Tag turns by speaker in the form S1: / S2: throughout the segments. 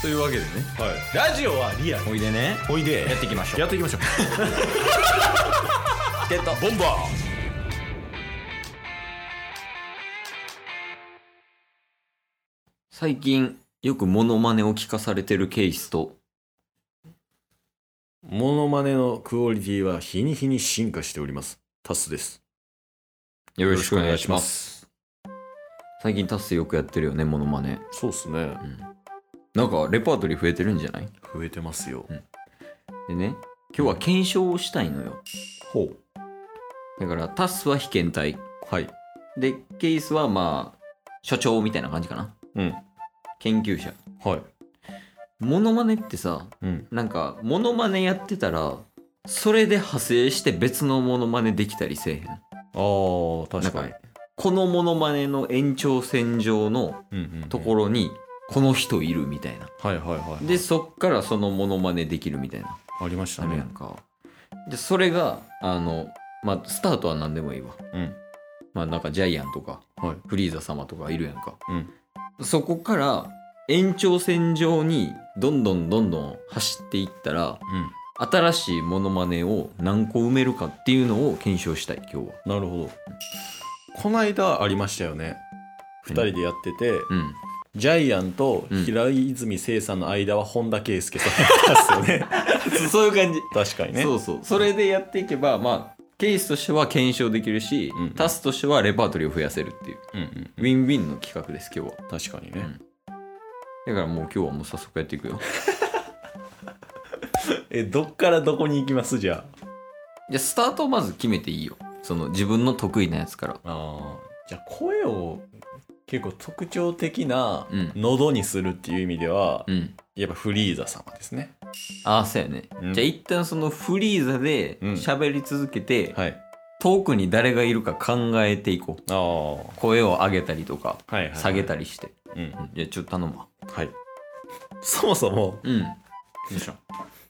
S1: というわけでね
S2: はい、ラジオはリアル
S1: おいでね
S2: おいで
S1: やっていきましょう
S2: やっていきましょう
S1: ゲット
S2: ボンバ
S1: 最近よくモノマネを聞かされてるケースと
S2: ーモノマネのクオリティは日に日に進化しておりますタスです
S1: よ
S2: ろしくお願いします
S1: 最近タッスよくやってるよねモノマネ
S2: そうっすね
S1: なんかレパートリー増えてるんじゃない
S2: 増えてますよ
S1: でね今日は検証をしたいのよ
S2: ほう
S1: だからタッスは被検体
S2: はい
S1: でケースはまあ所長みたいな感じかな
S2: うん
S1: 研究者
S2: はい
S1: モノマネってさ
S2: うん
S1: なんかモノマネやってたらそれで派生して別のモノマネできたりせえへん
S2: あー確か
S1: なん
S2: に
S1: かこのモノマネの延長線上の
S2: うんうんうん
S1: ところにこの人いるみたいな
S2: はいはいはい
S1: でそっからそのモノマネできるみたいな
S2: ありました
S1: あるや
S2: ね
S1: んかでそれがあのまあスタートは何でもいいわ
S2: うん
S1: まあなんかジャイアンとか
S2: はい
S1: フリーザ様とかいるやんか
S2: うん
S1: そこから延長線上にどんどんどんどん走っていったら
S2: う
S1: 新しいモノマネを何個埋めるかっていうのを検証したい今日は。
S2: んなるほどこないだありましたよね2人でやってて、
S1: うん、
S2: ジャイアンと平泉成さんの間は本田圭佑さんですよね
S1: そ そういう感じ、
S2: 確かにね
S1: そうそうそれでやっていけばまあケースとしては検証できるし、
S2: うん
S1: タスとしてはレパートリーを増やせるっていう
S2: うんうん
S1: ウィンウィンの企画です今日は
S2: 確かに
S1: う
S2: ね
S1: んだからもう今日はもう早速やっていくよ
S2: えどっからどこに行きますじゃ
S1: じゃあスタートをまず決めていいよその自分の得意なやつから
S2: ああーじゃあ声を結構特徴的な
S1: うん
S2: 喉にするっていう意味では、
S1: うん
S2: やっぱフリーザ様ですね
S1: ああそうやね、
S2: うん
S1: じゃあ一旦そのフリーザで
S2: うん
S1: 喋り続けて、
S2: はい
S1: 遠くに誰がいるか考えていこう
S2: ああは
S1: 声を上げたりとか
S2: いはい、はい、
S1: 下げたりして、
S2: うん
S1: うんじゃあちょっと頼むわ
S2: はいそもそも
S1: うんよいしょ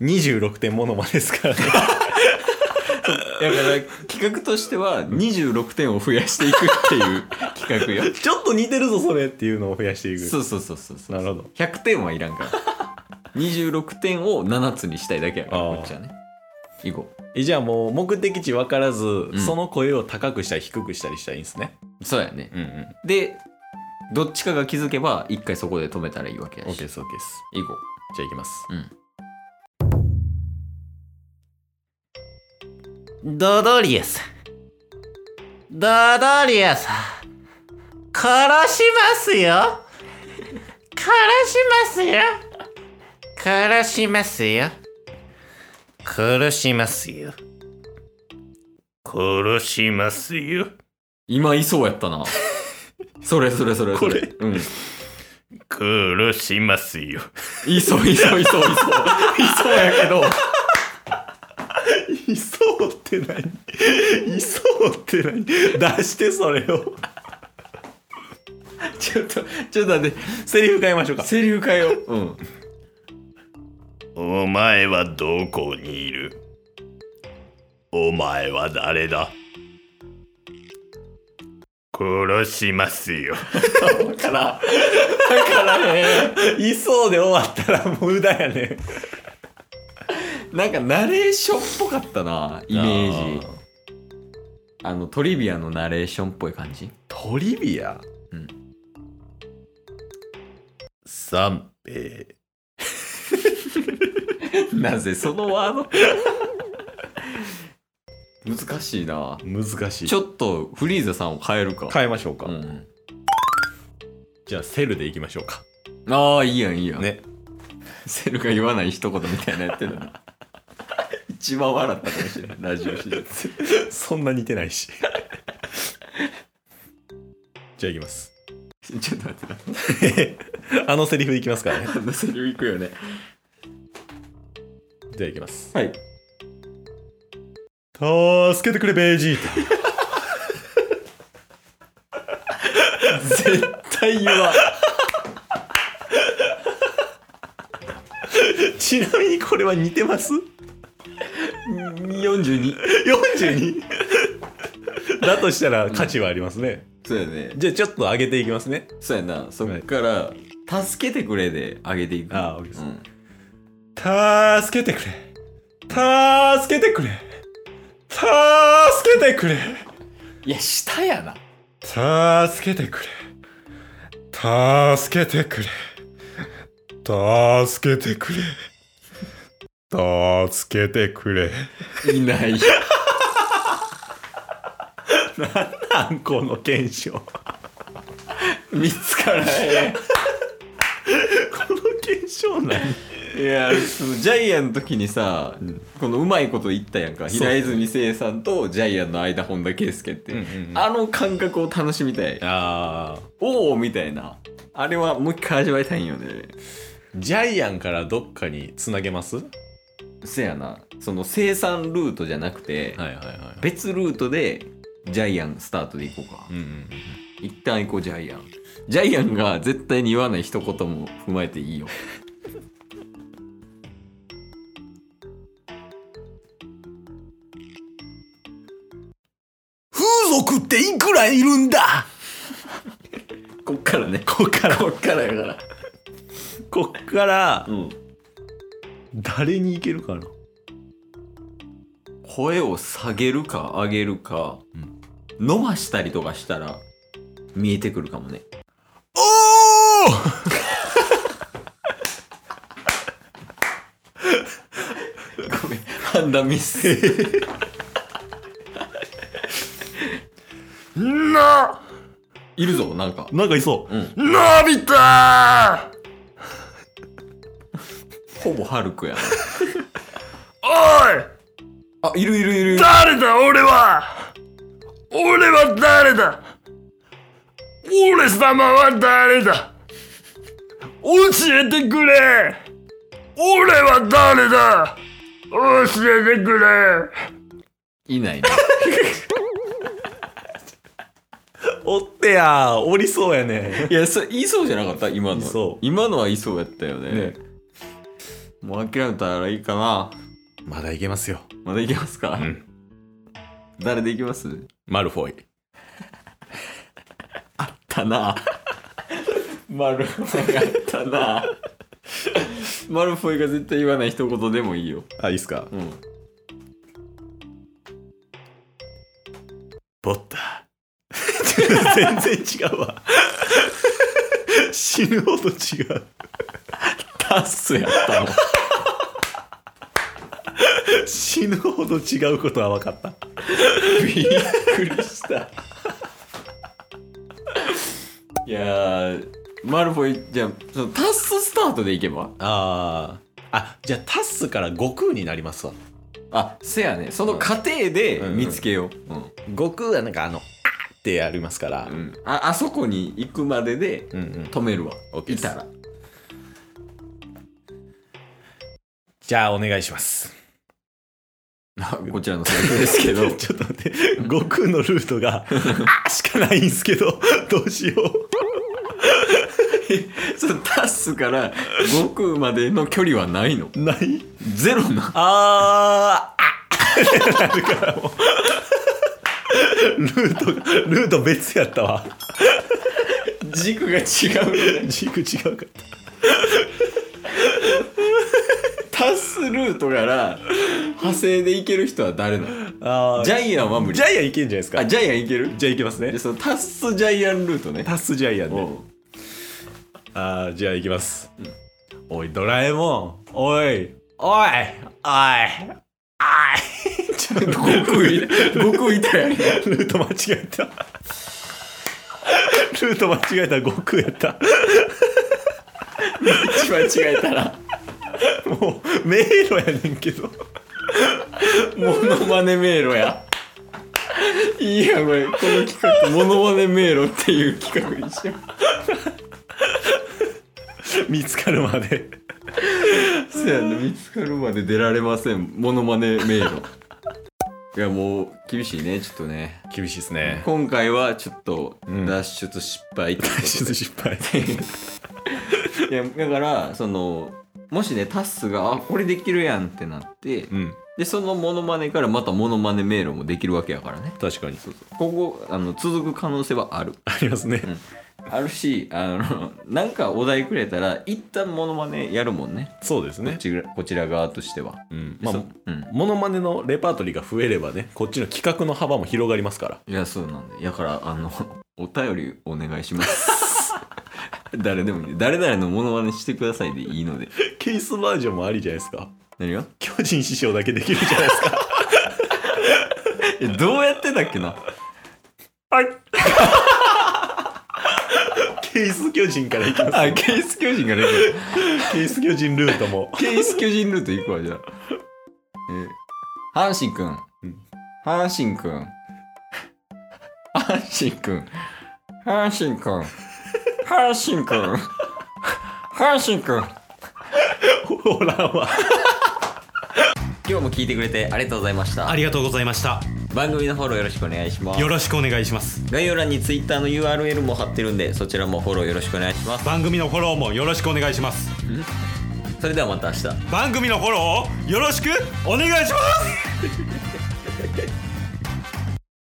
S2: 26点ものまでですからね
S1: だから企画としては26点を増やしていくっていう 企画よ
S2: ちょっと似てるぞそれっていうのを増やしていく
S1: そうそうそうそうそう
S2: なるほど
S1: 100点はいらんから26点を7つにしたいだけやから
S2: あー
S1: こっちはねいこ
S2: えじゃあもう目的地分からず、
S1: ん
S2: その声を高くしたり低くしたりしたらいいんですね
S1: うそうやね
S2: うんうん
S1: でどっちかが気づけば一回そこで止めたらいいわけや
S2: OK
S1: し
S2: です OK です
S1: いこ
S2: じゃあいきます
S1: ううんドドリアさんドドリアさん殺しますよ
S3: 枯らしますよ枯らしますよ殺しますよ殺しますよ
S1: 今いそうやった なそれそれそれそれ
S2: これ
S1: うん
S3: 殺します よ
S1: いそういそういそういそう いそうやけど
S2: いそうって何いそうって何出してそれを
S1: ちょっとちょっと待って
S2: セリフ変えましょう か
S1: セリフ変えよううん
S3: お前はどこにいるお前は誰だ殺しますよ
S2: だからだからねいそうで終わったら無駄やね
S1: なんかナレーションっぽかったなイメージ
S2: あ
S1: あのトリビアのナレーションっぽい感じ
S2: トリビア
S1: うん
S2: 三平
S1: なぜそのワード 難しいな
S2: 難しい
S1: ちょっとフリーザさんを変えるか
S2: 変えましょうか、
S1: うん、
S2: じゃあセルでいきましょうか
S1: ああいいやんいいやん、
S2: ね
S1: セルが言わない一言みたいなやってるな一番笑ったかもしれないラジオ史上
S2: そんな似てない し。じゃあ行きます。
S1: ちょっと待ってな
S2: あのセリフでいきますから ね。
S1: あのセリフいくよね
S2: じゃあ行きます。
S1: はい
S2: 助けてくれ、ベージー
S1: 絶対言わん
S2: ちなみにこれは似てます
S1: 42
S2: ?42? だとしたら価値はありますね。
S1: そうやね
S2: じゃあちょっと上げていきますね。
S1: そうやなそっから助けてくれで上げていく。
S2: あーオッケーです
S1: うん
S2: 助けてくれ助けてくれ助けてくれ
S1: いや、下やな。
S2: 助けてくれ助けてくれ助けてくれ助けてくれ
S1: いない。
S2: なんこの検証 こ
S1: 見つからへ
S2: の検証何
S1: ん。いや、そのジャイアンの時にさ、このうまいこと言ったやんか。
S2: そう
S1: 平泉聖さんとジャイアンの間、本田圭佑って、
S2: うんうんうん
S1: あの感覚を楽しみたい。
S2: あ
S1: おおみたいな。あれはもう一回味わいたいんよね。
S2: ージャイアンからどっかにつなげますはい
S1: せやな。その生産ルートじゃなくて、
S2: はいはい
S1: 別ルートでジャイアンスタートでいこうか。
S2: うんうん
S1: 一旦行こう、ジャイアン。ジャイアンが絶対に言わない一言も踏まえていいよ。
S2: 風俗っていくらいるんだ
S1: こっからね。
S2: こっから
S1: こっからやから。
S2: こっから
S1: うん。
S2: 誰に行けるかな
S1: 声を下げるか上げるか、伸ばしたりとかしたら見えてくるかもね
S2: おお
S1: ごめん判断ミス
S2: ない
S1: るぞなんか
S2: なんかいそう。
S1: うん
S2: のび太
S1: ほぼハルクやな
S2: おい
S1: あいるいるいる
S2: 誰だ俺は俺は誰だ俺様は誰だ教えてくれ俺は誰だ教えてくれ
S1: いないね
S2: おってやおりそうやね
S1: いやそれ言いそうじゃなかった今の
S2: いそう
S1: 今のは言いそうやったよね
S2: ね
S1: もう諦めたらいいかな
S2: まだいけますよ
S1: まだいけますか、
S2: ん
S1: 誰でいきます
S2: マルフォイ
S1: たなマルフォイがあったなマルフォイが絶対言わない一言でもいいよ
S2: あいいっすか
S1: うん
S2: ボッタ全然違うわ死ぬほど違う
S1: タッスやったの
S2: 死ぬほど違うことは分かった
S1: びっくりしたいやーマルフォイじゃあそのタッススタートでいけば
S2: あーあじゃあタッスから悟空になりますわ
S1: あせやねその過程で見つけよう、うん
S2: 悟空はなんかあの「あっ!」ってやりますから、
S1: うんああそこに行くまでで
S2: うんうん
S1: 止めるわ、
S2: OK
S1: い
S2: です
S1: たら
S2: じゃあお願いします
S1: あこちらのセリフですけ ど
S2: ちょっと待って悟空のルートが「あ」しかないんすけどどうしよう
S1: そのタッスから悟空までの距離はないの
S2: ない
S1: ゼロな
S2: あーあなるからもうルートルート別やったわ
S1: 軸が違う
S2: 軸違うかった
S1: タッスルートから派生でいける人は誰なの
S2: あー
S1: ジャイアンは無理
S2: ジャイアンいけんじゃないですか
S1: あジャイアンいける
S2: じゃあいけますね
S1: でそのタッスジャイアンルートね
S2: タッスジャイアンで
S1: おう
S2: あーじゃあ行きます、おいドラえもんおいおいおいおいちょっと
S1: 悟空い悟空いたやん
S2: ルート間違え たルート間違えた悟空やった
S1: 一番違えたら
S2: もう迷路やねんけど
S1: モノマネ迷路やいいやんこれこの企画モノマネ迷路っていう企画にしよう
S2: 見つかるまで
S1: そうやね見つかるまで出られませんモノマネ迷路いやもう厳しいねちょっとね
S2: 厳しいですね
S1: 今回はちょっと
S2: うん
S1: 脱出失敗ってことで
S2: 脱出 失敗
S1: いやだからそのもしねタッスが「あこれできるやん」ってなって、
S2: うん
S1: でそのモノマネからまたモノマネ迷路もできるわけやからね
S2: 確かに
S1: そうそうここあの続く可能性はある
S2: ありますね、
S1: あるしあの なんかお題くれたら一旦モノマネやるもんね
S2: そうです
S1: こ
S2: ね。
S1: ちらこちら側としては
S2: うん。まあ
S1: そ、うん
S2: モノマネのレパートリーが増えればね、こっちの企画の幅も広がりますから。
S1: いやそうなんでやからあの お便りお願いします 誰でもいい誰々のモノマネしてくださいでいいので
S2: ケースバージョンもありじゃないですか。
S1: 何が
S2: 巨人師匠だけできるじゃないですか。
S1: えどうやってだっけな
S2: ケース巨人からいきます。
S1: あケース巨人が出てる
S2: ケース巨人ルート も。
S1: ケース巨人ルート行くわじゃあえー阪神くん
S2: うん
S1: 阪神くん阪神くん阪神くん阪神くん阪神くん
S2: ほらは。
S1: 今日も聞いてくれてありがとうございました
S4: ありがとうございました
S1: 番組のフォローよろしくお願いします
S4: よろしくお願いします
S1: 概要欄に Twitter の URL も貼ってるんでそちらもフォローよろしくお願いします
S4: 番組のフォローもよろしくお願いします
S1: それではまた明日
S4: 番組のフォローをよろしくお願いします